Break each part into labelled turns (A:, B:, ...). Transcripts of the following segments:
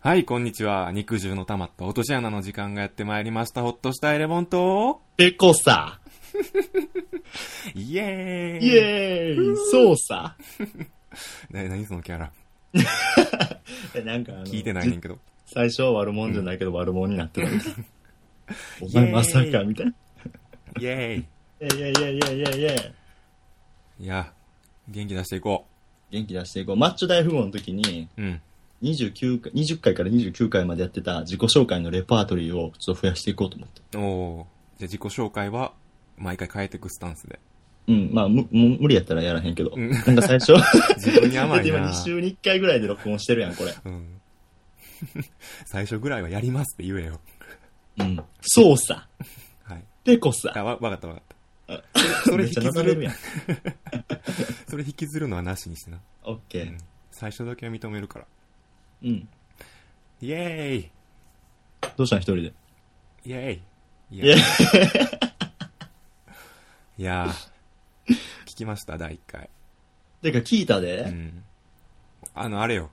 A: はい、こんにちは。肉汁の溜まった落とし穴の時間がやってまいりました。ほっとしたエレボンと、
B: でこさ、
A: イエーイ
B: イエーイ、そうさ。
A: な何そのキャラ
B: なんかあの
A: 聞いてないねんけど。
B: 最初は悪者じゃないけど悪者になってた。 お
A: イエー
B: 前
A: イ
B: まさか、みたいな。
A: イエーイ
B: いやいやいやいやいやいや
A: いや、元気出していこ
B: 元気出していこう。マッチョ大富豪の時に、
A: う。うん。
B: 29回、20回から29回までやってた自己紹介のレパートリーをちょっと増やしていこうと思って。
A: おー。じゃあ自己紹介は、毎回変えていくスタンスで。
B: うん、まあ、む、む無理やったらやらへんけど。
A: うん
B: なんか最初、
A: 自分に甘い
B: 今
A: な
B: 2週に1回ぐらいで録音してるやん、これ。
A: うん。 最初ぐらいはやりますって言えよ。
B: うん。そうさ、
A: はい。
B: でこさ。
A: あ、わ、わかったわかった。それ
B: めっ
A: 引
B: ちゃ
A: き
B: 流
A: ず
B: れる
A: る、
B: やん。
A: それ引きずるのはなしにしてな。
B: オッケ
A: うん
B: ー。。
A: 最初だけは認めるから。
B: うん。
A: イエーイ
B: どうしたん一人で。
A: イエーイイ
B: い
A: ー
B: や
A: イ いやー聞きました、第1回。
B: てか聞いた
A: う
B: で。
A: ん。あの、あれよ。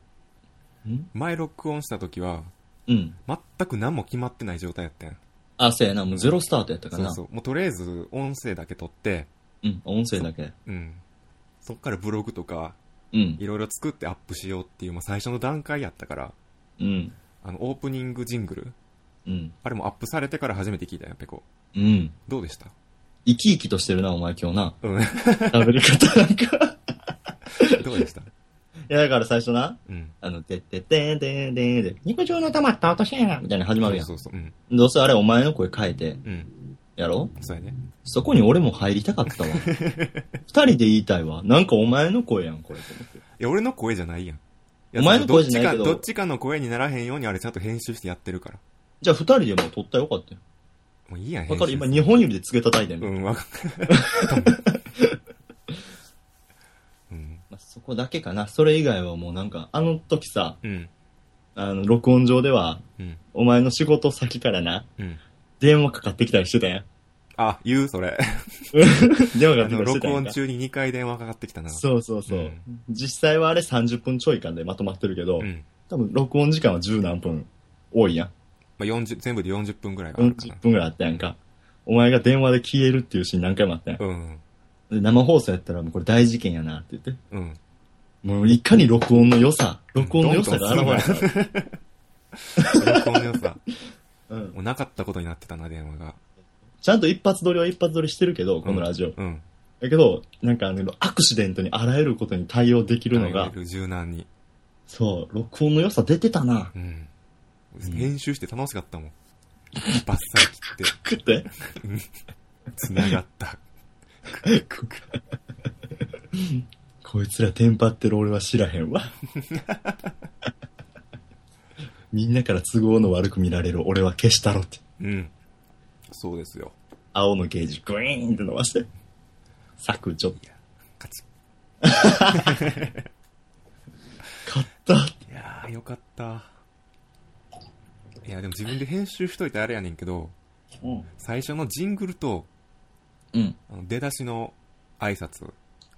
B: ん
A: 前録音した時は、
B: うん。
A: 全く何も決まってない状態やったん。
B: あ、そうやな、もうゼロスタートやったか
A: そう
B: な。
A: そう。もうとりあえず、音声だけ撮って、
B: うん、音声だけ。
A: うん。そっからブログとか、
B: うん。
A: いろいろ作ってアップしようっていう、まあ、最初の段階やったから、
B: うん。
A: あの、オープニングジングル、
B: うん。
A: あれもアップされてから初めて聞いたよ、ペコ。
B: うん。
A: どうでした
B: 生き生きとしてるな、お前今日な。
A: うん。
B: 喋り方な んか。
A: どうでした
B: いや、だから最初な、
A: うん。
B: あの、てってってんてんてんで、肉汁の溜まった落とし穴みたいなの始まるやん。
A: そうそうそう。うん。
B: どうせあれお前の声変えて、
A: うん。
B: やろ
A: そうやね。
B: そこに俺も入りたかっ たわ。二人で言いたいわ。なんかお前の声やん、これ。
A: いや、俺の声じゃないやん。いや
B: お前の声じゃないけど
A: どっちか、どっちかの声にならへんようにあれちゃんと編集してやってるから。
B: じゃあ二人でもう撮ったらよかったよ。
A: もういいやん、
B: わ
A: 編
B: か
A: 集
B: る
A: す
B: 今、日本指で付け叩いてん
A: う
B: の。
A: ん、わかる。うん。
B: まあそこだけかな。それ以外はもうなんか、あの時さ、
A: うん。
B: あの、録音上では、
A: うん。
B: お前の仕事先からな、
A: うん。
B: 電話かかってきたりしてたやん。
A: あ、言うそれ。
B: 電話
A: あ
B: かかってきた
A: の、
B: りしてた
A: 録
B: やん
A: 音
B: か。
A: 中に2回電話かかってきたな。
B: そうそうそう、
A: うん
B: 実際はあれ30分ちょい間でまとまってるけど、
A: うん。
B: 多分録音時間は10何分多いやん。
A: まあ、40、全部で40分ぐらいはあるか
B: 40分ぐらいあったやんか。お前が電話で消えるっていうシーン何回もあったやん。
A: な。うん。
B: で生放送やったらもうこれ大事件やなって言って。
A: うん。
B: もういかに録音の良さ、録音の良さが現れた。
A: 録音の良さ。
B: うん
A: もうなかったことになってたな、電話が。
B: ちゃんと一発撮りは一発撮りしてるけど、このラジオ。
A: うん。
B: だけど、なんかあの、アクシデントにあらゆることに対応できるの
A: いわ
B: が
A: ゆ、る柔軟に。
B: そう、録音の良さ出てたな。
A: うん。
B: ん
A: 編集して楽しかったもん。バッサリ切って。
B: 食って。
A: 繋がった。
B: こいつらテンパってる俺は知らへんわ。みんなから都合の悪く見られる俺は消したろって。
A: うん。そうですよ。
B: 青のゲージグイーンって伸ばして。削除。
A: カ チッ
B: 勝った。
A: いやー、よかった。いや、でも自分で編集しといてあれやねんけど、
B: うん。
A: 最初のジングルと、
B: うん。
A: あの出だしの挨拶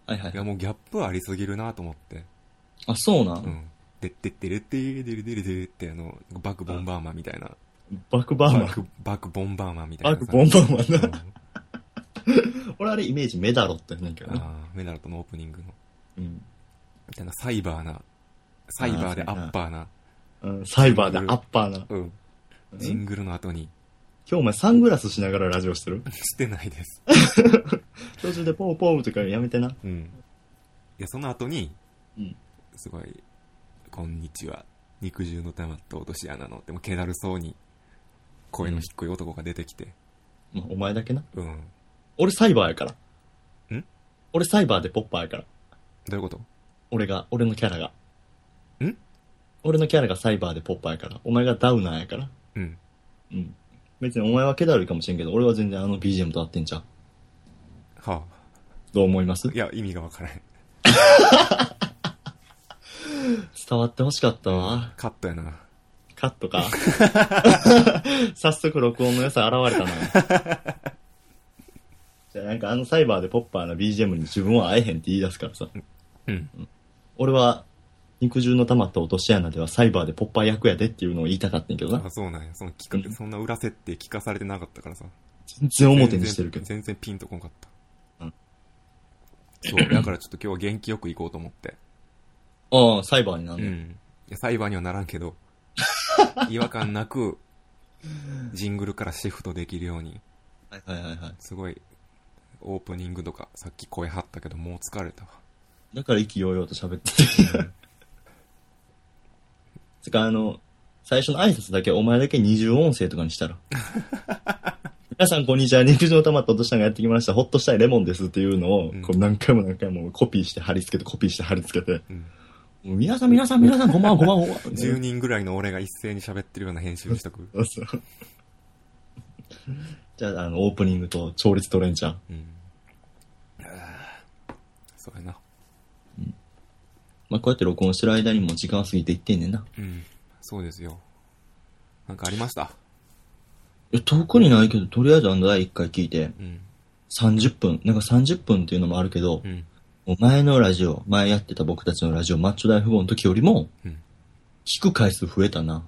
B: はいはい。
A: がもうギャップありすぎるなと思って。
B: あ、そうな。
A: うんん。でってってるってーでるでるでるってあの、バクボンバーマンみたいな。
B: バクバーマ
A: バ
B: ン。
A: ク、バクボンバーマンみたい
B: バ
A: な
B: ク
A: さ。
B: ボンバーマ
A: う
B: ンな。
A: ん
B: 俺あれイメージメダロってなんけどな。
A: あーメダルとのオープニングの。
B: うん。
A: みたいなサイバーな。サイバーでアッパーな。
B: うんサイバーでアッパーな。
A: うん。ジングルの後に。
B: 今日お前サングラスしながらラジオしてる
A: してないです。
B: 途中でポーポーとかやめてな。
A: うん。いや、その後に、
B: うん
A: すごい、こんにちは。肉汁の溜まった落とし穴の、でも、気だるそうに、声の低い男が出てきて、
B: まあお前だけな。
A: うん。
B: 俺サイバーやから。
A: ん
B: 俺サイバーでポッパーやから。
A: どういうこと
B: 俺が、俺のキャラが。
A: ん
B: 俺のキャラがサイバーでポッパーやから。お前がダウナーやから。
A: うん。
B: うん。別にお前は気だるいかもしれんけど、俺は全然あの BGM と合ってんじゃん。
A: は
B: どう思います
A: あ、いや、意味がわからへん。
B: 伝わってほしかったわ。
A: カットやな。
B: カッ トか。早速録音の良さ現れたな。 じゃあなんかあのサイバーでポッパーの BGM に自分は会えへんって言い出すからさ。
A: うん。
B: 俺は肉汁の溜まった落とし穴ではサイバーでポッパー役やでっていうのを言いたかったんやけどな
A: あ、。そうなんや。その聞か、
B: うん
A: そんな裏設定聞かされてなかったからさ。
B: 全然表にしてるけど。
A: 全然全然ピンとこんかった。
B: うん
A: そう、だからちょっと今日は元気よく行こうと思って。
B: ああ、サイバーにな
A: う
B: るの。
A: ん。いや、裁判にはならん けど、違和感なく、ジングルからシフトできるように、
B: はいはいはいはい。
A: すごい、オープニングとか、さっき声張ったけど、もう疲れたわ。
B: だから意気揚々と喋ってて。つか、あの、最初の挨拶だけ、お前だけ二重音声とかに したら。皆さん、こんにちは。肉汁の溜まった落とし穴がやってきました。ほっとしたいレモンですっていうのを、
A: うん
B: こう何回も何回もコピーして貼り付けて、コピーして貼り付けて。
A: うん。
B: もう皆さん、皆さん、皆さん、こんばんは、こんばんは。 こんばんは
A: 10人ぐらいの俺が一斉に喋ってるような編集しとく。
B: そうそうじゃあ、あの、オープニングと、調律とレンちゃん。
A: うん。そうやな。
B: まあ、こうやって録音してる間にも時間は過ぎていってんねんな。
A: うん。そうですよ。なんかありました
B: いや、特にないけど、とりあえずあの、第1回聞いて、
A: うん。
B: 30分、なんか30分っていうのもあるけど
A: う、ん。
B: もう前のラジオ、前やってた僕たちのラジオ、マッチョ大富豪の時よりも
A: うん、
B: 聞く回数増えたな。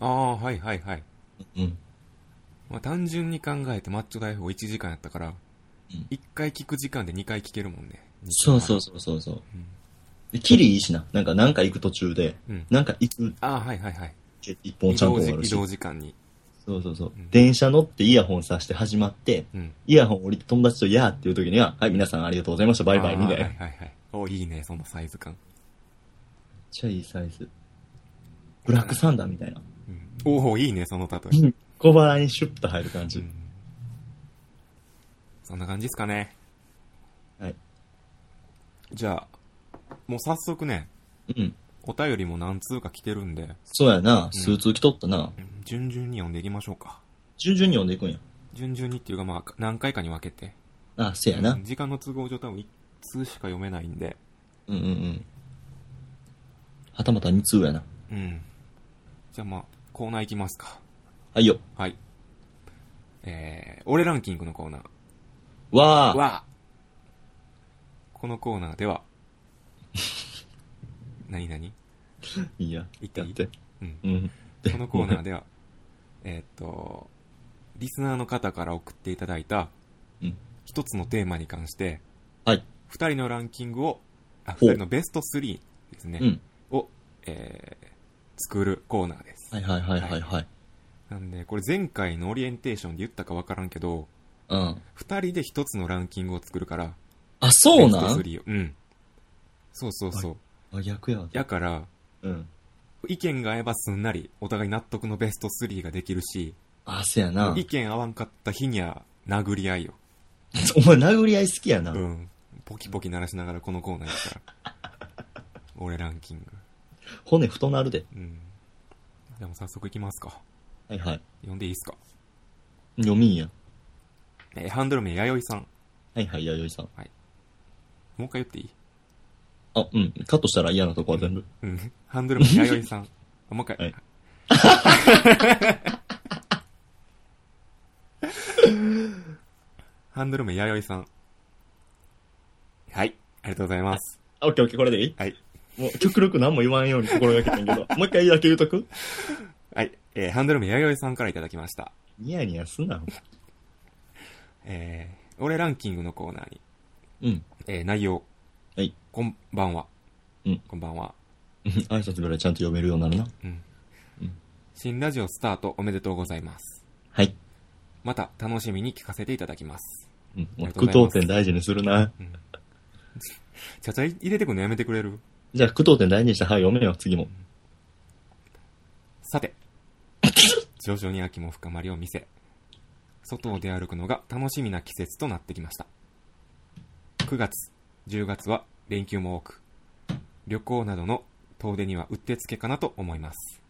A: ああ、はいはいはい。
B: うん。
A: まあ、単純に考えてマッチョ大富豪1時間やったから、
B: うん
A: 1回聞く時間で2回聞けるもんね。。
B: そうそううそうそうそう
A: うん。
B: で、キリいいしな。なんか、なんか行く途中で、
A: うん。
B: なんか行く、
A: ああ、はいはいはい。
B: 一本
A: 移
B: ちゃん
A: 動
B: ぽん
A: 時
B: ある
A: 移
B: し。
A: 動時間に。
B: そうそうそう
A: うん。
B: 電車乗ってイヤホンさして始まって、
A: うん。
B: イヤホン降りて友達とやーっていう時には、はい、皆さんありがとうございました。バイバイ、
A: あー
B: みたい
A: は
B: な。
A: い
B: めっ
A: はいはい。お、いいね、そのサイズ感。
B: ちゃいいサイズ。ブラックサンダーみたいな。
A: うん。おお、いいね、その例え。
B: 小腹にシュッと入る感
A: う
B: じ。
A: ん。そんな感じですかね。
B: はい。
A: じゃあ、もう早速ね、
B: うん。
A: お便りも何通か来てるんで、
B: そうやな。スーツ着とったな。
A: 順々に読んでいきましょうか。
B: 順々に読んでいくんや。
A: 順々にっていうかまあ、何回かに分けて。
B: あ、せやな
A: うん。時間の都合上多分1通しか読めないんで。
B: うんうんうん。はたまた2通やな。
A: うん。じゃあまあ、コーナー行きますか。
B: はいよ。
A: はい。えー、俺ランキングのコーナー。
B: わー。
A: は、このコーナーで は、何々
B: いいや。
A: 言っていい
B: やって。
A: うん。
B: うん。
A: このコーナーでは、 えーっと、リスナーの方から送っていただいた
B: うん、
A: 一つのテーマに関して、
B: はい。
A: 二人のランキングを、あ、
B: ほう
A: 二人のベスト3ですね。
B: うん
A: を、えー、作るコーナーです。
B: はいはいはいはいはい。
A: なんで、これ前回のオリエンテーションで言ったかわからんけど、
B: うん。
A: 二人で一つのランキングを作るから、
B: あ、そう
A: ベ
B: な
A: スト
B: ん
A: 3を。うん。そうそうそう。
B: あ、逆やわ。
A: やから、
B: うん。
A: 意見が合えばすんなり、お互い納得のベスト3ができるし、
B: あ、せやな。
A: 意見合わんかった日には殴り合いよ。
B: お前殴り合い好きやな。
A: うん。ポキポキ鳴らしながらこのコーナーやったら。 俺ランキング。
B: 骨太なるで。
A: うん。でも早速いきますか。
B: はいはい。
A: 呼んでいいっすか。
B: 読みんや。
A: えーハンドル名、弥生さん。
B: はいはい、弥生さん。
A: もう一回言っていい
B: あ、うん。カットしたら嫌なとこは全部。
A: うん。ハンドル名、弥生さ ん。あもう一回。
B: はい
A: ハンドル名、弥生さん。はい。ありがとうございます。
B: あ、オッケーオッケー、これでいい
A: はい。
B: もう、極力何も言わんように心がけてんけど。 もう一回だけ言うとく
A: はい。えーハンドル名、弥生さんからいただきました。
B: ニヤニヤすんな。
A: えー俺ランキングのコーナーに、
B: うん。
A: えー内容。
B: はい。
A: こんばんは。
B: うん
A: こんばんは。
B: うん挨拶ぐらいちゃんと読めるようになるな。
A: うん
B: うん。
A: 新ラジオスタートおめでとうございます。
B: はい。
A: また楽しみに聞かせていただきます。
B: うん。
A: りがとうご
B: 句
A: ざい
B: 読
A: ます
B: 点大事にするな。
A: うん。ちゃちゃ入れてくんのやめてくれる
B: じゃあ、句読点大事にして、はい、読めよ、次も。
A: さて、徐々に秋も深まりを見せ、外を出歩くのが楽しみな季節となってきました。9月、10月は連休も多く、旅行などの遠出にはうってつけかなと思います。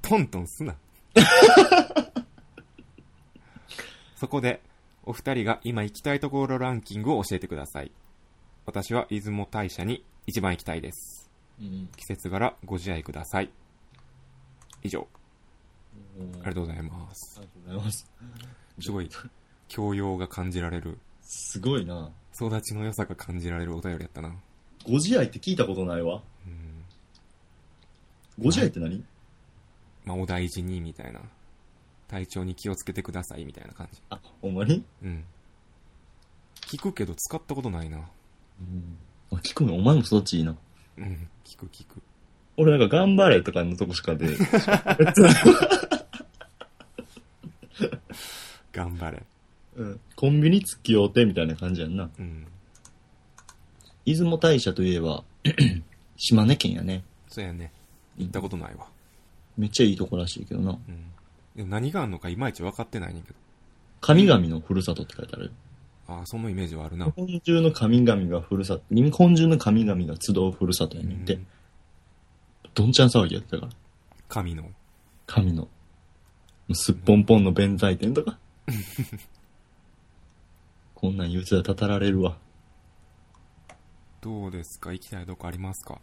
A: トントンすな。 そこで、お二人が今行きたいところランキングを教えてください。私は出雲大社に一番行きたいです。
B: うん。
A: 季節柄ご自愛ください。以上、ありが
B: ありが
A: とうございます。
B: とうございます。
A: すごい、教養が感じられる、
B: すごいな。
A: 育ちの良さが感じられるお便りやったな。
B: ご自愛って聞いたことないわ。
A: うん。
B: ご自愛って何
A: まあ、お大事に、みたいな。体調に気をつけてください、みたいな感じ。
B: あ、ほんまに、
A: うん。聞くけど使ったことないな。
B: あ聞くのお前もそっちいいな。
A: うん。聞く聞く。
B: 俺なんか頑張れとかのとこしかで。
A: 頑張れ。
B: うんコンビニ付き合うてみたいな感じやんな。
A: うん。
B: 出雲大社といえば、 島根県やね。
A: そうやね。行ったことないわ。
B: めっちゃいいとこらしいけどな。
A: うん。でも何があんのかいまいち分かってないねんけど。
B: 神々のふるさとって書いてある。
A: ああ、そのイメージはあるな
B: 日。本中の神々がふるさと、日本中の神々が集うふるさとやねんて
A: う。ん
B: どんちゃん騒ぎやってたから。
A: 神の。
B: 神の。もうすっぽんぽんの弁財天 とか。こんなん言うてたらたたられるわ。
A: どうですか行きたいとこありますか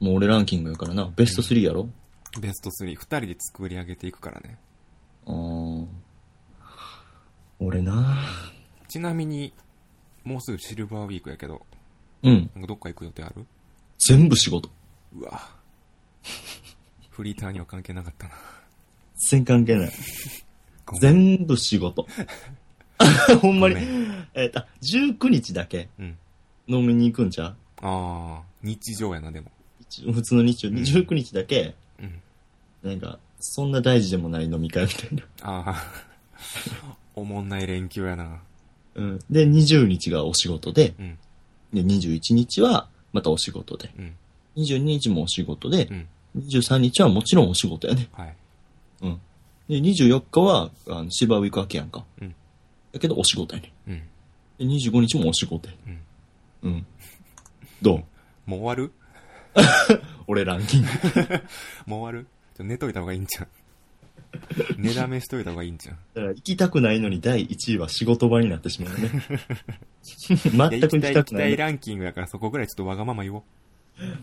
B: もう俺ランキングやからな。ベスト3やろ、
A: ベスト3。二人で作り上げていくからね。
B: あー俺な
A: ちなみに、もうすぐシルバーウィークやけど、
B: うん。
A: なんかどっか行く予定ある
B: 全部仕事。
A: うわフリーターには関係なかったな。
B: 全然関係ない
A: ご。めん
B: 全部仕事。 ほんまに
A: ごめ。
B: えっと、あ19日だけ
A: うん。
B: 飲みに行くんちゃう
A: ああ、日常やな、でも。
B: 一普通の日曜、
A: ん
B: 19日だけ、
A: うん。
B: なんか、そんな大事でもない飲み会みたいな。
A: ああ、 おもんない連休やな。
B: うん。で、20日がお仕事で、
A: うん、
B: で、21日はまたお仕事で、
A: うん、
B: 22日もお仕事で
A: う、ん。
B: 23日はもちろんお仕事やね。
A: はい。
B: うん。で、24日は、あの、芝ウィーク明けやんか。
A: うん。
B: だけどお仕事やね。
A: うん、
B: で、25日もお仕事や。
A: うん。
B: うん。どう
A: もう終わる
B: 俺ランキング。
A: もう終わるちょ寝といた方がいいんじゃん。寝だめしといた方がいいんじゃん。
B: だから行きたくないのに第1位は仕事場になってしまう ね。全く
A: いや行
B: 行
A: き
B: き
A: たい、
B: た
A: 行
B: く
A: き
B: な
A: たい
B: い。
A: ランキングやからそこぐらいちょっとわがまま言おう。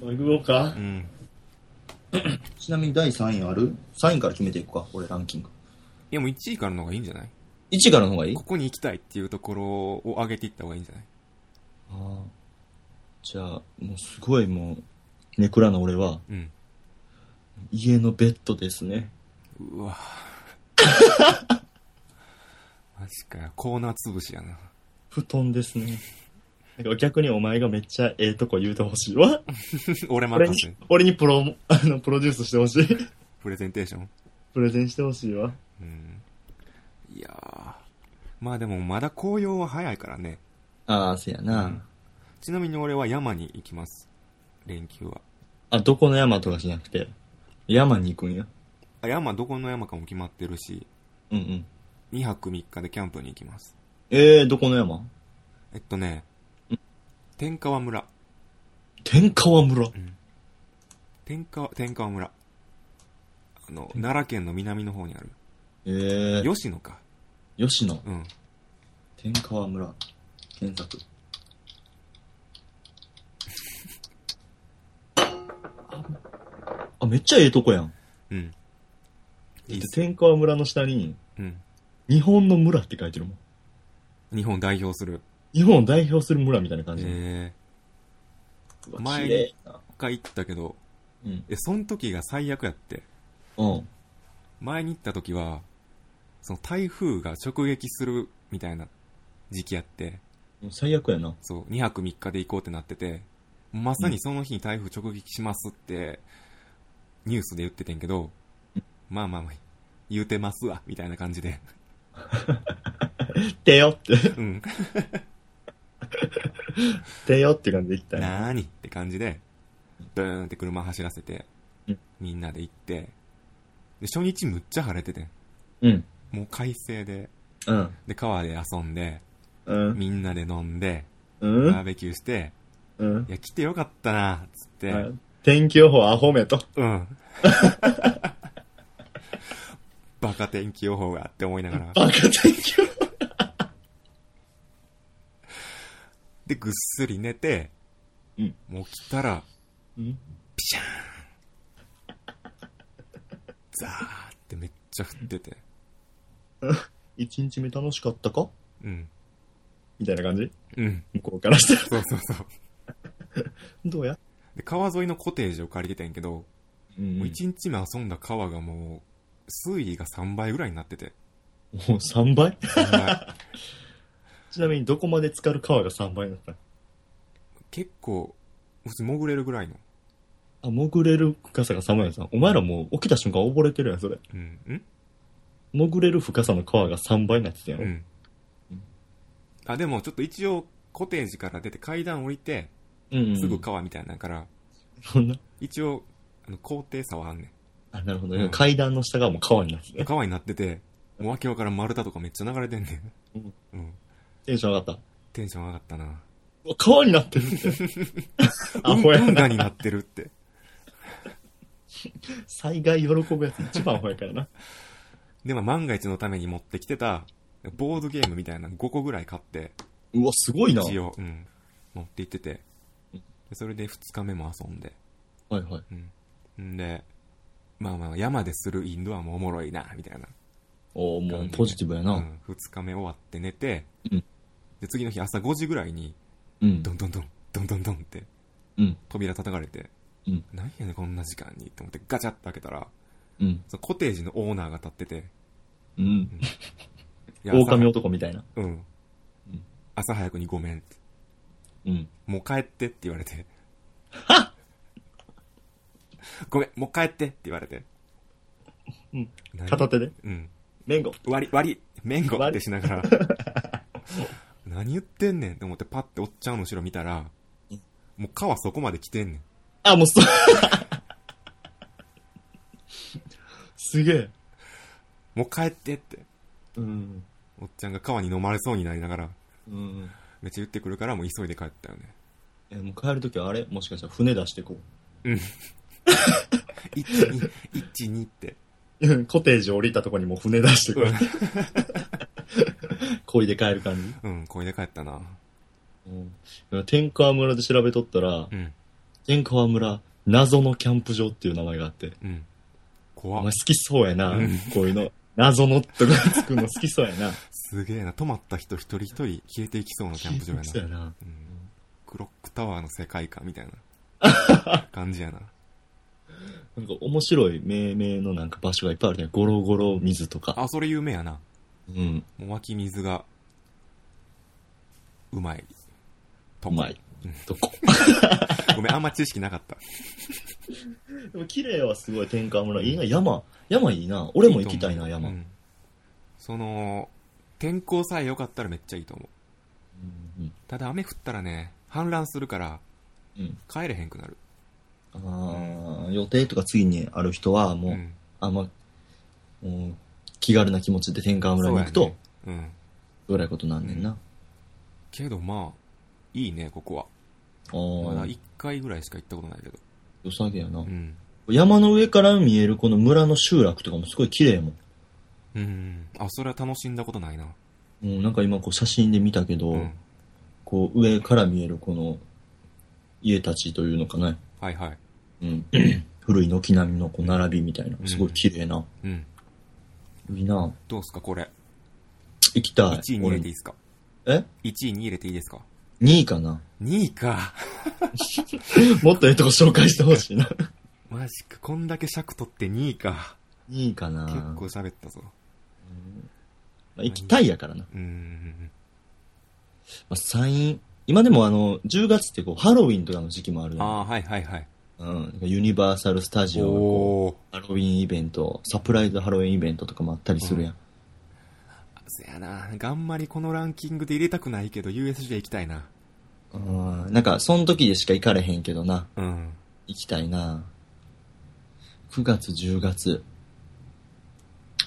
B: マグオか
A: うん。
B: ちなみに第3位ある ?3 位から決めていくか、俺ランキング。
A: いやもう1位からの方がいいんじゃない
B: 1位からの方がいい
A: ここに行きたいっていうところを上げていった方がいいんじゃない
B: あーじゃあ、もうすごいもう、ネクラの俺は、
A: うん。
B: 家のベッドですね。
A: うわ マジかよ。コーナー潰しやな。
B: 布団ですね。なんか逆にお前がめっちゃええとこ言うてほしいわ。
A: 俺任
B: 俺に
A: せ。、
B: 俺にプロ、あの、プロデュースしてほしい。
A: プレゼンテーション。
B: プレゼンしてほしいわ。
A: うん。いやー。まあでもまだ紅葉は早いからね。
B: ああ、せやな。
A: うんちなみに俺は山に行きます。連休は。
B: あ、どこの山とかじゃなくて、山に行くんや。
A: あ山、どこの山かも決まってるし、
B: うんうん。
A: 2泊3日でキャンプに行きます。
B: ええー、どこの山
A: えっとね、天川村。
B: 天川村。
A: 天川、天川村。あの、奈良県の南の方にある。
B: ええー、
A: 吉野か。
B: 吉野。
A: うん。
B: 天川村。検索。あ、めっちゃええとこやん。
A: うん。いいっす
B: 天川村の下に、
A: うん。
B: 日本の村って書いてるもん。
A: 日本代表する。
B: 日本を代表する村みたいな感じ。
A: え
B: うわ
A: 前に
B: 綺麗な
A: ー、一回行ったけど、
B: うん。
A: え、その時が最悪やって。
B: うん。
A: 前に行った時は、その台風が直撃するみたいな時期やって、
B: もう最悪やな。
A: そう、2泊3日で行こうってなってて、まさにその日に台風直撃しますって、ニュースで言っててんけど、まあまあまあ、言うてますわ、みたいな感じで。
B: てよって、
A: うん。
B: てよって感じで行ったよ。
A: なーにって感じで、ドーンって車走らせて
B: うん、
A: みんなで行って、で、初日むっちゃ晴れててん
B: うん。
A: もう快晴で、
B: うん。
A: で、川で遊んで、
B: うん。
A: みんなで飲んで、
B: う
A: バー
B: ん。
A: ベキューして、
B: うん
A: い。や、来てよかったな、つって、
B: あ天気予報アホめと。
A: うん。 バカ天気予報がって思いながら。
B: バカ天気予報。
A: で、ぐっすり寝て、
B: うん
A: もう起きたら、
B: うん。
A: ザーってめっちゃ降ってて。
B: 一日目楽しかったか
A: うん。
B: みたいな感じ
A: うん。
B: 向こうからしたら。
A: そうそうそう。
B: どうや
A: で、川沿いのコテージを借りてたんやけど、
B: うん
A: もう一日目遊んだ川がもう、水位が3倍ぐらいになって て。
B: もう3倍
A: 3倍
B: ちなみにどこまで浸かる川が3倍だったの
A: 結構、普通に潜れるぐらいの。
B: あ、潜れる深さが3倍やさ。お前らもう起きた瞬間溺れてるやん、それ。
A: うん。ん
B: 潜れる深さの川が3倍になってたやん。
A: うん。あ、でもちょっと一応、コテージから出て階段降りて、
B: うんうん
A: すぐ川みたいなんから、
B: そんな。
A: 一応、あの、高低差はあんね
B: あ、なるほど、
A: うん
B: 階段の下がもう川になってた
A: ん。
B: ね。
A: 川になってて、もうわけわからん丸太とかめっちゃ流れてんね
B: うん
A: ん。うん。
B: テンション上がった。
A: テンション上がったな。
B: うわ川になってるアホや
A: 運
B: な。
A: 河になってるって。
B: 災害喜ぶやつ一番アホやからな。
A: でも万が一のために持ってきてた、ボードゲームみたいなの5個ぐらい買って、
B: うわ、すごいな。
A: 一応、うん、持って行ってて、でそれで2日目も遊んで、
B: はいはい。
A: うん。んで、まあまあ、山でするインドアもおもろいな、みたいな。
B: おーもうポジティブやな。
A: うん、2日目終わって寝て、
B: うん
A: で、次の日朝5時ぐらいに、
B: うん
A: どんどんどん、どんどんどんって、
B: うん。
A: 扉叩かれて、
B: うん
A: なんやねんこんな時間に、と思ってガチャッと開けたら、
B: うん。
A: そのコテージのオーナーが立ってて、
B: うん。
A: いや
B: 狼男みたいな。
A: 朝うん
B: うん。
A: 朝早くにごめんって。
B: うん。
A: もう帰ってって言われて。ごめん、もう帰ってって言われて。
B: うん
A: 何。
B: 片手で。
A: うん。
B: 連合。
A: 割り、割り、メンゴっ
B: 割
A: て
B: り
A: しな がら。何言ってんねんって思ってパッておっちゃんの後ろ見たら、もう川そこまで来てんねん。
B: あ、もう そう。すげえ。
A: もう帰ってって。
B: うん。
A: おっちゃんが川に飲まれそうになりながら、
B: うん。
A: めっちゃ言ってくるからもう急いで帰ったよね。
B: え、もう帰るときはあれもしかしたら船出してこ
A: 1、2、1、2って。
B: う。 コテージ降りたとこにもう船出してこう。 漕いで帰る感じ。
A: うん、これで帰ったな。
B: うん。天川村で調べとったら
A: う、ん、
B: 天川村、謎のキャンプ場っていう名前があって。
A: うん。
B: お
A: 怖
B: 前好きそうやな
A: うん。
B: こういうの。謎のとかつくの好きそうや な。
A: すげえな。泊まった人一人一人消えていきそうなキャンプ場や
B: 好き
A: な
B: そう。やな。
A: うんクロックタワーの世界観みたいな感じやな。
B: なんか面白い命名のなんか場所がいっぱいあるね。ゴロゴロ水とか。
A: あ、それ有名やな。
B: うん。
A: もう湧き水が、うまい。と
B: うまい。どこ
A: ごめん、あんま知識なか った。
B: でも綺麗はすごい天川村。いいな、山。山いいな。俺も行きたいな、
A: と思う
B: 山。
A: うんその、天候さえ良かったらめっちゃいいと思う。
B: うん
A: ただ雨降ったらね、氾濫するから、
B: うん
A: 帰れへんくなる。
B: あー予定とか次にある人はもう、
A: うん
B: あんま、もう気軽な気持ちで天川村に行く
A: そう
B: と
A: や、ねうん。
B: どれいことなんねんな。
A: けどまあ、いいね、ここは。ま
B: あ
A: だ
B: あ、
A: 1回ぐらいしか行ったことないけど。
B: 良さげやな、
A: うん。
B: 山の上から見えるこの村の集落とかもすごい綺麗やもん。
A: うん。あ、それは楽しんだことないな。
B: うん、なんか今こう写真で見たけど、
A: うん。
B: こう上から見えるこの家たちというのかな。
A: はいはい。
B: うん。古い軒並みのこう並びみたいな。すごい綺麗な。
A: うん。
B: いいな
A: どうすか、これ。
B: 行きたい。
A: 1位に入れていいですか
B: 俺もえ
A: ?1 位に入れていいですか
B: ?2 位かな
A: ?2 位か。
B: もっとええとこ紹介してほしいな。
A: マジか、こんだけ尺取って2位か。
B: 2位かな
A: 結構喋ったぞ。
B: まあ行きたいやからな。
A: うーん。
B: まあ、サイン。今でもあの、10月ってこう、ハロウィンとかの時期もあるやん
A: ああー、はいはいはい。
B: うん。ユニバーサル・スタジオがこ
A: おー。
B: うハロウィンイベント、サプライズハロウィンイベントとかもあったりするやん。
A: そやな。なんかあんまりこのランキングで入れたくないけど、USJ 行きたいな。
B: うん。なんか、その時でしか行かれへんけどな。
A: うん。
B: 行きたいな。9月、10月。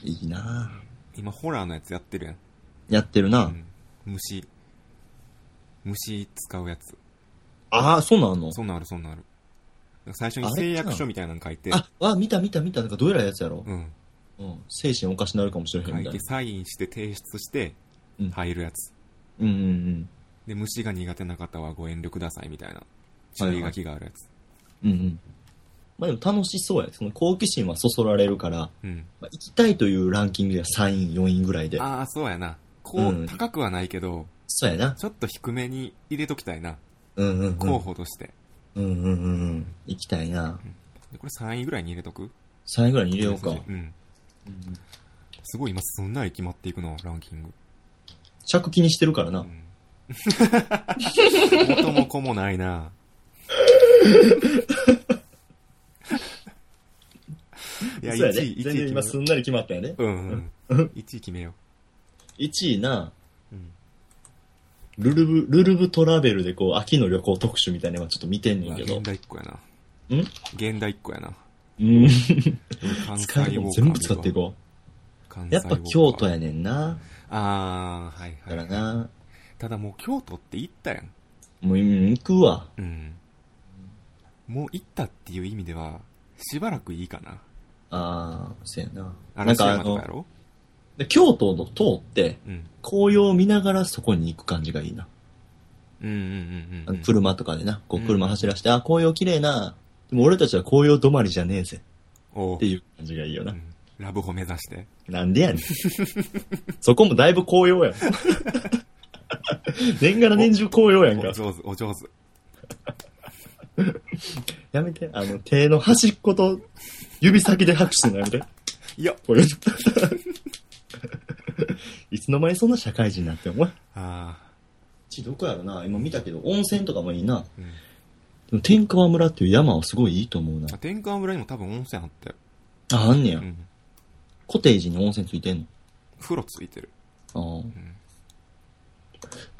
B: いいな
A: 今、ホラーのやつやってるやん。
B: やってるな。
A: うん。虫。虫使うやつ。
B: ああ、そうなの
A: そんなんある、そんなんある。なんか最初に
B: あれ
A: 誓約書みたいなの書いて、
B: あ、わ、見た見た見た。なんか、どうやらやつやろ。
A: うん。
B: うん。精神おかしなるかもしれへん
A: 書
B: み
A: い
B: たい
A: て
B: な。
A: サインして提出して
B: うん
A: 入るやつ、
B: うんうんうん。
A: で虫が苦手な方はご遠慮くださいみたいな注意書きがあるやつ、
B: うんうん。まあでも楽しそうや。その好奇心はそそられるから、
A: うん
B: まあ、行きたいというランキングでは3位、4位ぐらいで。
A: ああそうやなこう、
B: うん
A: 高くはないけど
B: そうやな。
A: ちょっと低めに入れときたいな
B: うんうん、うん。
A: 候補として、
B: うんうんうんうん。行きたいな。
A: でこれ3位ぐらいに入れとく
B: 3位ぐらいに入れようか。
A: うん。すごい今すんなり決まっていくの、ランキング。
B: 着気にしてるから
A: う
B: な。
A: ん。 元も子もない な。いや、1
B: そうやで。
A: 位、1位
B: 全然今
A: 決
B: す
A: めよ
B: んなり決まったんやで。
A: う。うん、うん。1位決めよ
B: 1位な、
A: う。うん。
B: ルルブ、ルルブトラベルでこう、秋の旅行特集みたいなのはちょっと見てんねんけ
A: 現
B: ど。
A: 代1個やな。
B: ん
A: 現代1個やな。
B: うん。
A: 関西
B: 使えるも
A: ウォーカー
B: ん 全部使っていこ
A: 関
B: う。
A: 西
B: や
A: ウ
B: っ
A: ォーカ
B: ぱ
A: ー
B: 京都やねんな。
A: あー、は
B: だ
A: い
B: から
A: はい。
B: な。
A: ただもう京都って行ったやん。
B: もう、うん行くわ。
A: うん。もう行ったっていう意味では、しばらくいいかな。
B: あー、そうやな。なん
A: 嵐
B: かあ
A: 山とかや
B: の、
A: ろ
B: で京都の塔って、
A: うん。
B: 紅葉を見ながらそこに行く感じがいいな。
A: うんうんうん
B: あ
A: うん
B: の。車とかでな、こう
A: うん
B: 車走らして、あ、紅葉綺麗な。でも俺たちは紅葉止まりじゃねえぜ。
A: おう
B: っていう感じがいいよ
A: う
B: な。
A: んラブホ目指して。
B: なんでやねん。そこもだいぶ紅葉やん。 年がら年中紅葉やん
A: お
B: か。
A: 上手、お上手。
B: やめて。あの、手の端っこと指先で拍手するのやめて。
A: いや、
B: これ。 いつの間にそんな社会人になってんお前。
A: あ
B: ち、どこやろな今見たけど、温泉とかもいいな。
A: ーうん。
B: でも天川村っていう山はすごいいいと思うな
A: あ。天川村にも多分温泉あったよ。
B: あ、あんねや
A: う。ん。
B: コテージに温泉ついてんの
A: 風呂ついてる。
B: ああ
A: ん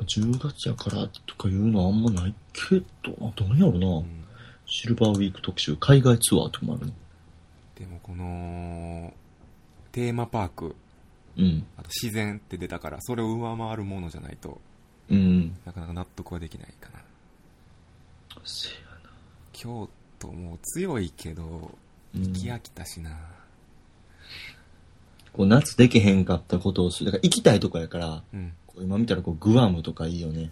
B: 10月やからとかいうのはあんまないけど、あどうやろな、
A: うん。
B: シルバーウィーク特集、海外ツアーとかもあるの。
A: でもこの、テーマパーク、
B: うん。
A: あと自然って出たから、それを上回るものじゃないと、
B: うん。
A: なかなか納得はできないかな。
B: せや
A: 京都も強いけど、
B: うん
A: 行き飽きたしな。
B: こう夏できへんかったことをする。だから行きたいとこやから、
A: うん。
B: こう今見たらこうグアムとかいいよね。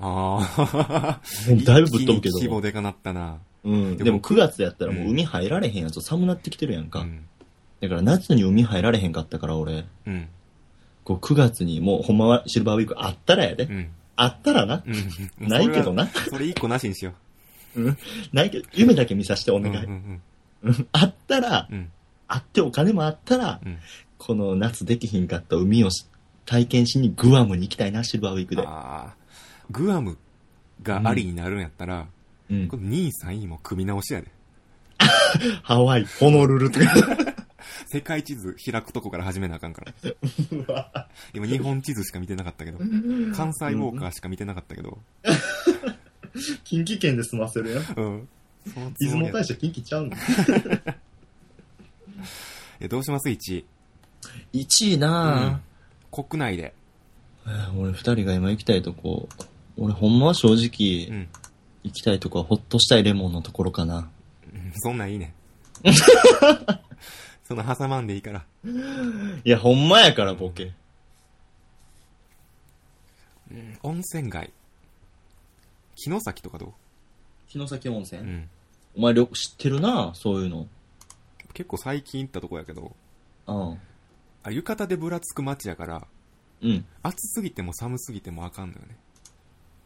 A: ああ。
B: もうだいぶぶっ飛ぶけ
A: 一気に規模
B: ど。
A: でかなったな。
B: うん。
A: でも
B: でも9月やったらもううん海入られへんやつ寒なってきてるやん
A: う
B: か。
A: ん。
B: だから夏に海入られへんかったから俺、
A: うん。
B: こう9月にもうほんまはシルバーウィークあったらやで。
A: うん。
B: あったらな。
A: うん。
B: ないけどな。
A: それは。それ一個なしにしよ
B: ないけど、夢だけ見させてお
A: う。
B: 願い。
A: うんうん
B: あったら、
A: うん。うん。
B: あってお金もあったら、
A: うん
B: この夏できひんかった海をし体験しにグアムに行きたいな、シルバーウィークで。
A: ああ。グアムがありになるんやったら、
B: うん
A: この2位3位も組み直しやで。
B: ハワイ、ホノルルとか。
A: 世界地図開くとこから始めなあかんから。
B: うわ
A: 今日本地図しか見てなかったけど、関西ウォーカーしか見てなかったけど、
B: 近畿圏で済ませるやん。
A: うん。そのつも
B: 出
A: り
B: 雲
A: や
B: 大社近畿ちゃうの
A: えどうします ?1 位。
B: ?1 位
A: うん
B: な
A: 国内で。
B: ぁ、えー俺二人が今行きたいとこ、俺ほんまは正直、
A: うん。
B: 行きたいとこはほっとしたいレモンのところかな。
A: うんそんなんいい ね。その挟まんでいいから。
B: いや、ほんまやからボケ。
A: うん温泉街。城崎とかど
B: 城崎温泉、
A: ううん。
B: お前よく知ってるなぁそういうの。
A: 結構最近行ったとこやけど、
B: うん。
A: あ、浴衣でぶらつく街やから、
B: うん。
A: 暑すぎても寒すぎてもあかんのよね。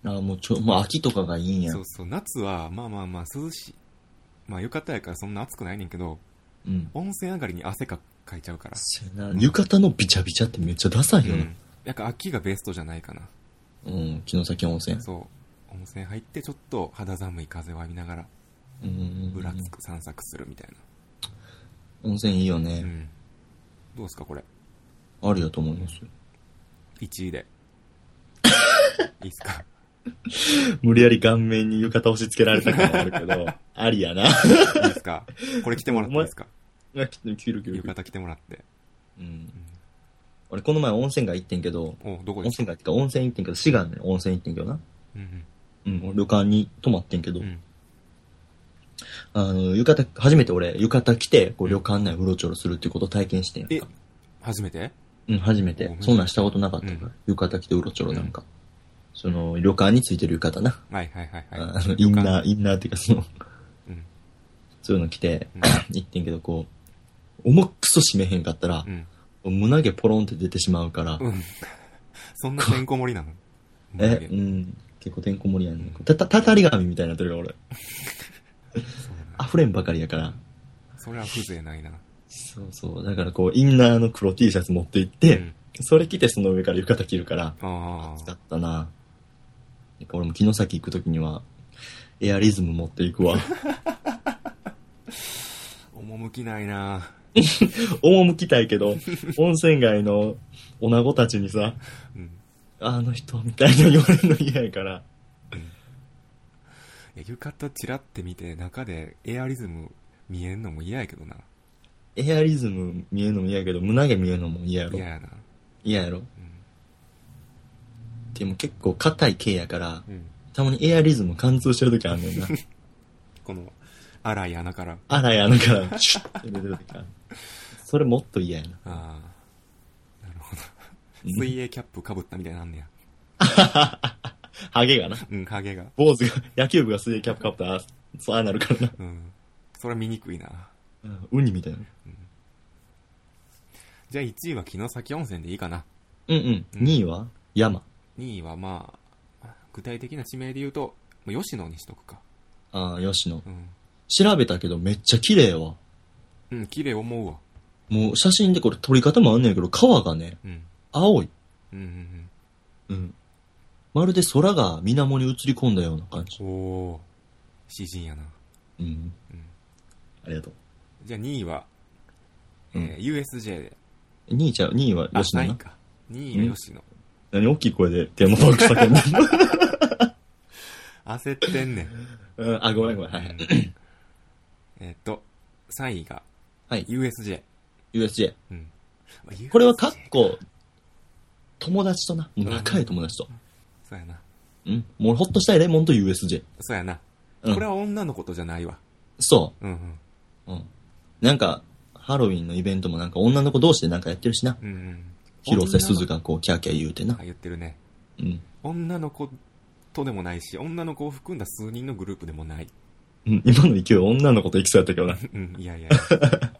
B: あもうちょ、もう秋とかがいいんや。
A: そうそう、夏は、まあまあまあ涼しい。まあ浴衣やからそんな暑くないねんけど、
B: うん。
A: 温泉上がりに汗かかいちゃうから。
B: せやな浴衣のビチャビチャってめっちゃダサいうよな。
A: ん。やっぱ秋がベストじゃないかな。
B: うん、城崎温泉。
A: そう。温泉入ってちょっと肌寒い風を浴びながら、
B: うん。
A: ぶらつく散策するみたい
B: 温泉いいよ
A: な。う
B: ね。
A: ん。どうですかこれ。
B: あるやと思います。
A: 1位で。 いいっすか
B: 無理やり顔面に浴衣押し付けられた感はあるけど、 ありや
A: い
B: な。
A: いっすかこれ着てもらっていいですか
B: 切る切
A: 浴
B: る。
A: 衣着てもらって。
B: うん。俺この前温泉街行ってんけど、
A: おどこ
B: 温
A: ですか
B: 泉街ってか温泉行ってんけど、滋賀の温泉行ってんけどな。
A: うん
B: うん、俺旅館に泊まってんけど、
A: うん。うん。
B: あの、浴衣、初めて俺、浴衣着て、こう旅館内うろちょろするっていうことを体験してんやん
A: え
B: か。、
A: 初めて
B: うん、初め
A: お
B: て
A: う。
B: そんなんしたことなかったか
A: う
B: ら、浴衣着てうろちょろなんか。その、旅館についてる浴衣な。
A: はいはいはい
B: あ
A: はい
B: の。インナ
A: ー。
B: ー、インナーっていうかその、
A: うん。
B: そういうの着て
A: うん、
B: 行ってんけど、こう、重くそ締めへんかったら
A: う、ん。
B: 胸毛ポロンって出てしまうから、
A: うん。そんなてんこ盛りなの
B: え、うん、結構てんこ盛りやねん。た、た、たたり紙みたいになってるよ、俺。
A: そうやな。
B: 溢れんばかりやから。
A: それは風情ないな。
B: そうそう。だからこう、インナーの黒 T シャツ持って行って、
A: うん
B: それ着てその上から浴衣着るから、
A: あ
B: だったな。やっぱ俺も木の先行くときには、エアリズム持っていくわ。
A: あ、趣ないな。
B: 赴きたいけど、温泉街の女子たちにさ、
A: うん。
B: あの人みたいな言われるの嫌やから。
A: いや浴衣チラって見て、中でエアリズム見えんのも嫌やけどな。
B: エアリズム見えるのも嫌やけど、胸毛見えるのも嫌やろ
A: 嫌。やな。
B: 嫌やろ。でも結構硬い系やから、
A: うん。うん。
B: たまにエアリズム貫通してるときあんねんな。
A: この、荒い穴から。
B: あらや、なんか、シュッて出てるときあるそれもっと嫌やな。
A: ああ。なるほど。
B: うん
A: 水泳キャップ被ったみたいになんねや。
B: ハゲがな。
A: うん、ハゲが。
B: 坊主が、 野球部が水泳キャップかぶったら、そうああなるからな。
A: うん。それは見にくいな。
B: うんウニみたいな。
A: じゃあ1位は城崎温泉でいいかな。
B: うんうん。
A: うん
B: 2位は山。
A: 2位はまあ、具体的な地名で言うと、もう吉野にしとくか。
B: ああ、吉野。
A: うん。
B: 調べたけどめっちゃ綺麗やわ。
A: うん、綺麗思うわ。
B: もう写真でこれ撮り方もあんねんけど、川がね、
A: うん。
B: 青い。
A: うんうん
B: うん。まるで空が水面に映り込んだような感じ
A: うん。。おー。詩人やな。
B: うん。
A: うん。
B: ありがと
A: じゃあ2位は、えー
B: う
A: USJ で。
B: う。2位ちゃう、2位は
A: あ、
B: 吉野
A: 3位
B: な。
A: か。2位が吉野。
B: 何大きい声でテーマパーク叫んでん の
A: 焦ってんねん。
B: うん、あ、ごめんごめん。 はいは
A: う
B: い。
A: んえーっと、3位が
B: はい、
A: USJ。
B: USJ。
A: うん。まあ
B: これはカ
A: USJ
B: ッコ、友達とな。仲いい友達と。
A: そうやな。
B: うん。もうほっとしたいレモンと USJ。
A: そうやな。
B: うん。
A: これは女の子とじゃないわ。
B: そ
A: うんうん。
B: う。うん。なんか、ハロウィンのイベントもなんか女の子同士でなんかやってるしな。
A: うんうん。
B: 広瀬すず
A: が。
B: がこうキャーキャー言うてな
A: あ。言ってるね。
B: うん。
A: 女の子とでもないし、女の子を含んだ数人のグループでもない。
B: うん、今の勢い女の子と行きそうやったけどな。
A: うん、いやいや。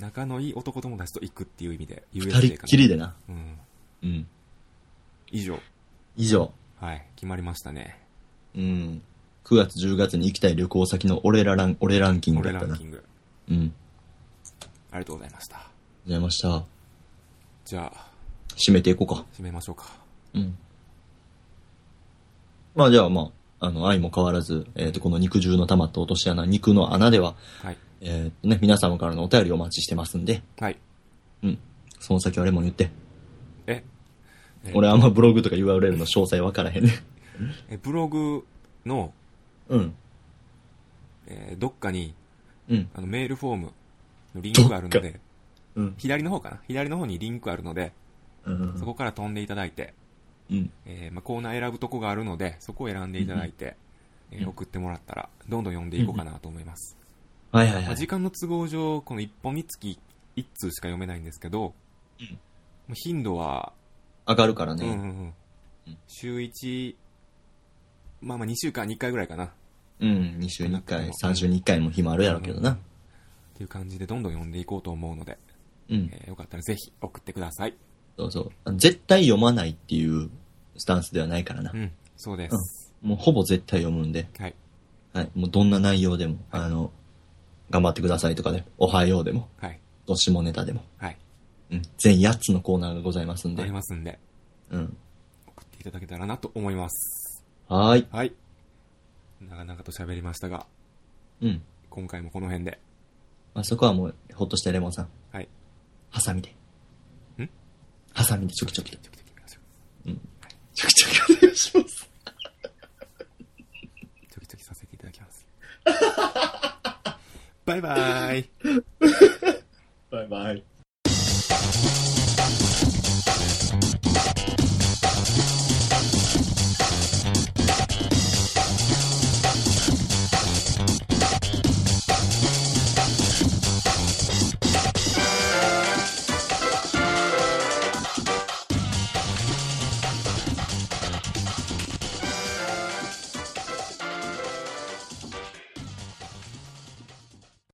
A: 仲のいい男友達と行くっていう意味で、
B: 二
A: USJ
B: 人っ
A: かな。
B: きりでな。
A: うん。
B: うん。
A: 以上。
B: 以上。
A: はい。決まりましたね。
B: うん。9月10月に行きたい旅行先の俺らラン、俺ランキング
A: 俺
B: だっ
A: ラ
B: た
A: ン
B: な
A: キ。ング。
B: うん。
A: ありがとうございました。
B: じゃあました。
A: じゃあ、
B: 締めていこうか。
A: 締めましょうか。
B: うん。まあじゃあまあ、あの、愛も変わらず、えっ、と、この肉汁の溜まった落とし穴、肉の穴では、
A: はい。
B: えっ、とね、皆様からのお便りお待ちしてますんで、
A: はい。
B: うん。その先はレモン言って。
A: え、え
B: 俺あんまブログとか URL の詳細わからへんね。
A: えブログの、
B: うん。
A: えーどっかに、
B: うん。
A: あの、メールフォームのリンクがあるの
B: どっ
A: で、
B: うん。
A: 左の方かな左の方にリンクあるので、
B: うん
A: そこから飛んでいただいて、
B: うん。
A: えーまあ、コーナー選ぶとこがあるので、そこを選んでいただいて、えー
B: うん
A: 送ってもらったら、どんどん読んでいこうかなと思います。
B: はいはい
A: ま
B: は
A: あ、
B: い。
A: 時間の都合上、この1本につき1通しか読めないんですけど、
B: うん
A: まあ頻度は、
B: 上がるから
A: うんうん
B: ね。
A: うん
B: うん
A: 週1、まあまあ2週間に1回ぐらいかな。
B: うん。2週に1回、3週に1回も日もあるやろうけど
A: うん
B: な
A: っ。ていう感じでどんどん読んでいこうと思うので、
B: うん。
A: えーよかったらぜひ送ってください。
B: そうそう。絶対読まないっていうスタンスではないからな
A: う。ん、そうです。
B: もうほぼ絶対読むんで。
A: はい。
B: はい。もうどんな内容でも、
A: はい
B: あの、頑張ってくださいとかね、おはようでも、
A: はい。
B: どしもネタでも、
A: はい。
B: うん。全8つのコーナーがございますん
A: あり
B: で。
A: ますんで、
B: うん。
A: 送っていただけたらなと思います。
B: はーい。
A: はい。長々と喋りましたが、
B: うん。
A: 今回もこの辺で。
B: まあ、そこはもう、ほっとしてレモンさん。
A: はい。
B: ハサミで。
A: ん
B: ハサミでちょきちょき。
A: ちょきちょき行きましょう
B: ちょきちょきお願いします。
A: ちょきちょきさせていただき ます。バイバーイ。
B: バイバイ。